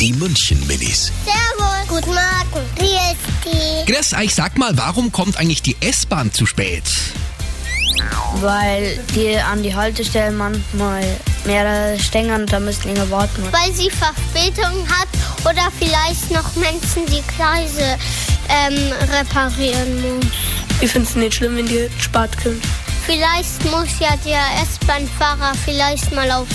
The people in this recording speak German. Die München Minis. Servus. Guten Morgen. Wie ist die? Chris, ich sag mal, warum kommt eigentlich die S-Bahn zu spät? Weil die an die Haltestellen manchmal mehrere Stänger und da müssen länger warten. Weil sie Verspätung hat oder vielleicht noch Menschen die Gleise ähm, reparieren muss. Ich finde es nicht schlimm, wenn die spät kommt. Vielleicht muss ja der S-Bahn-Fahrer vielleicht mal aufs